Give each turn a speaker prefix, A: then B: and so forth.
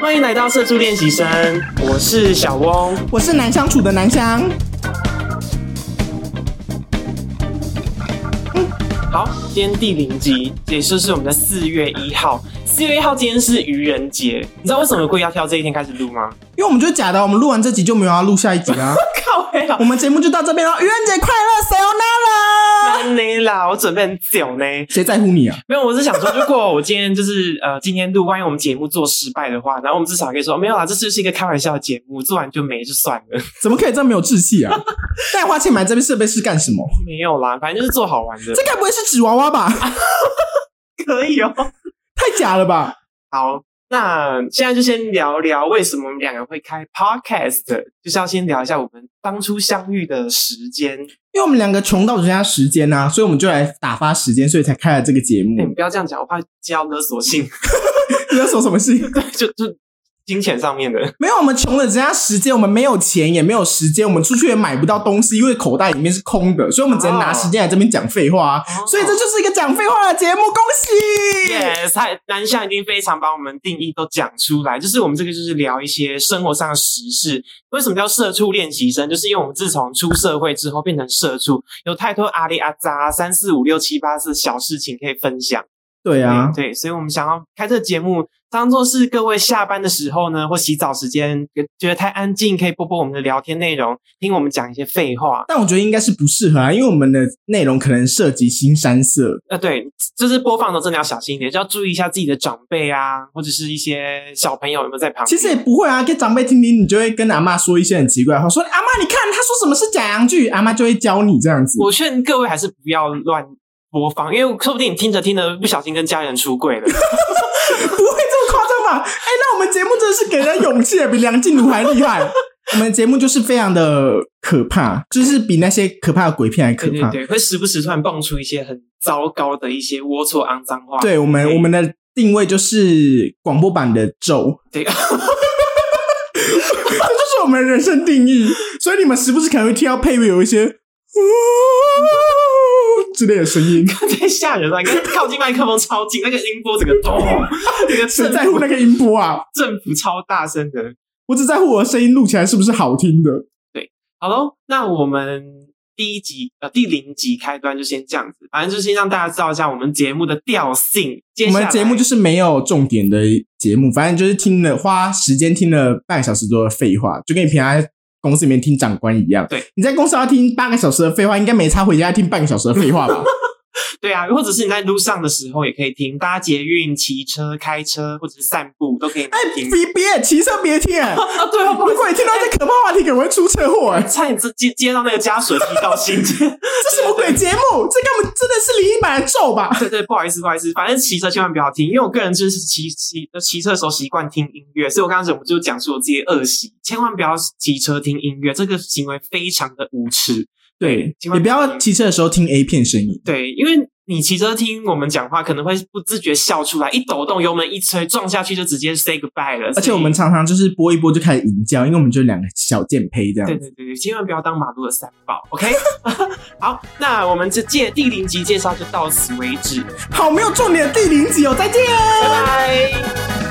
A: 欢迎来到社畜练习生，我是小翁。
B: 我是难相处的南香，
A: 好，今天第零集，也就是我们的四月一号。四月一号今天是愚人节，你知道为什么故意要挑这一天开始录吗？
B: 因为我们就假的，我们录完这集就没有要录下一集 啦、
A: 靠背啊
B: 我！们节目就到这边啊了，愚人节快乐，Sayonara！
A: 安妮啦，我准备很久呢。
B: 谁在乎你啊？
A: 没有，我是想说，如果我今天就是呃，今天录，万一我们节目做失败的话，然后我们至少可以说没有啦，这就是一个开玩笑的节目，做完就没就算了，
B: 怎么可以这么没有志气 啊？大家花钱买这边设备是干什么？
A: 没有啦，反正就是做好玩的
B: 这，该不会是纸娃娃 吧？
A: 可以哦。
B: 太假了吧？
A: 好，那现在就先聊聊为什么我们两个会开 podcast，就是要先聊一下我们当初相遇的时间。
B: 因为我们两个穷到只剩下时间呐、啊，所以我们就来打发时间，所以才开了这个节
A: 哎、你
B: 目。
A: 不要这样讲，我怕接到勒索信，
B: 你要说什么 事？
A: 就就金钱上面的。
B: 没有，我们穷了只剩下时间，我们没有钱，也没有时间，我们出去也买不到东西，因为口袋里面是空的，所以我们只能拿时间来这边讲废话、啊。
A: 哦
B: 所以这就是一个讲废话的节目，恭喜
A: yes，他 南向已经非常把我们定义都讲出来，就是我们这个就是聊一些生活上的时事。为什么叫社畜练习生？就是因为我们自从出社会之后变成社畜，有太多阿里阿扎三四五六七八四小事情可以分享。
B: 对啊，
A: 对，对所以我们想要开这个节目，当做是各位下班的时候呢，或洗澡时间，觉觉得太安静，可以播播我们的聊天内容，听我们讲一些废话。
B: 但我觉得应该是不适合啊，因为我们的内容可能涉及新山色。
A: 呃，对，就是播放的时候真的要小心一点，就要注意一下自己的长辈啊，或者是一些小朋友有没有在旁边。
B: 其实也不会啊，给长辈听听，你就会跟阿妈说一些很奇怪的话，说哎阿妈你看他说什么是假洋剧，阿妈就会教你这样子。
A: 我劝各位还是不要乱播放，因为说不定你听着听着不小心跟家人出柜了。
B: 不会这么夸张吧？哎、那我们节目真的是给人勇气，比梁静茹还厉害。我们节目就是非常的可怕，就是比那些可怕的鬼片还 可
A: 对
B: 怕。
A: 对对，会时不时突然蹦出一些很糟糕的一些龌龊肮脏话。
B: 对我们我们的定位就是广播版的咒，
A: 对。
B: 这就是我们的人生定义。所以你们时不时可能会听到配乐有一些 呜之类的声音，
A: 太吓人了！你看靠近麦克风超近，那个音波整个 咚，那个
B: 谁
A: 振
B: 在乎
A: 幅
B: 那个音波啊？
A: 振幅超大声的。
B: 我只在乎我的声音录起来是不是好听的。
A: 好喽，那我们第一集呃第零集开端就先这样子，反正就是先让大家知道一下我们节目的调性。接
B: 我
A: 下来
B: 们节目就是没有重点的节目，反正就是听了花时间听了半个小时多的废话，就跟你平常在公司里面听长官一样。
A: 对，
B: 你在公司要听八个小时的废话，应该没差回家听半个小时的废话吧？
A: 对啊，或者是你在路上的时候也可以听，搭捷运、骑车、开车或者是散步都可以
B: 哎，
A: 听。
B: 别别骑车别 听、
A: 啊，对啊，不好
B: 如
A: 意思
B: 果你听到这可怕话题，可能会出车祸、哎，
A: 差点接接到那个家属的提告信。
B: 这什么鬼节目？这根本真的是灵异版的咒吧？
A: 对对，不好意思，不好意思，反正骑车千万不要听，因为我个人就是骑骑骑车的时候习惯听音乐，所以我刚开始我就讲述我自己的恶习，千万不要骑车听音乐，这个行为非常的无耻。
B: 对，
A: 千万
B: 你不要骑车的时候听 A 片声音。
A: 对，因为你骑车听我们讲话，可能会不自觉笑出来，一抖动油门一吹撞下去就直接 say goodbye 了。
B: 而且我们
A: 所
B: 常常就是播一播就开始淫叫，因为我们就两个小贱胚这样
A: 以。对对对对，千万不要当马路的三宝，OK？好，那我们这届第零集介绍就到此为止，
B: 好，没有重点的第零集哦，再见。
A: 拜拜。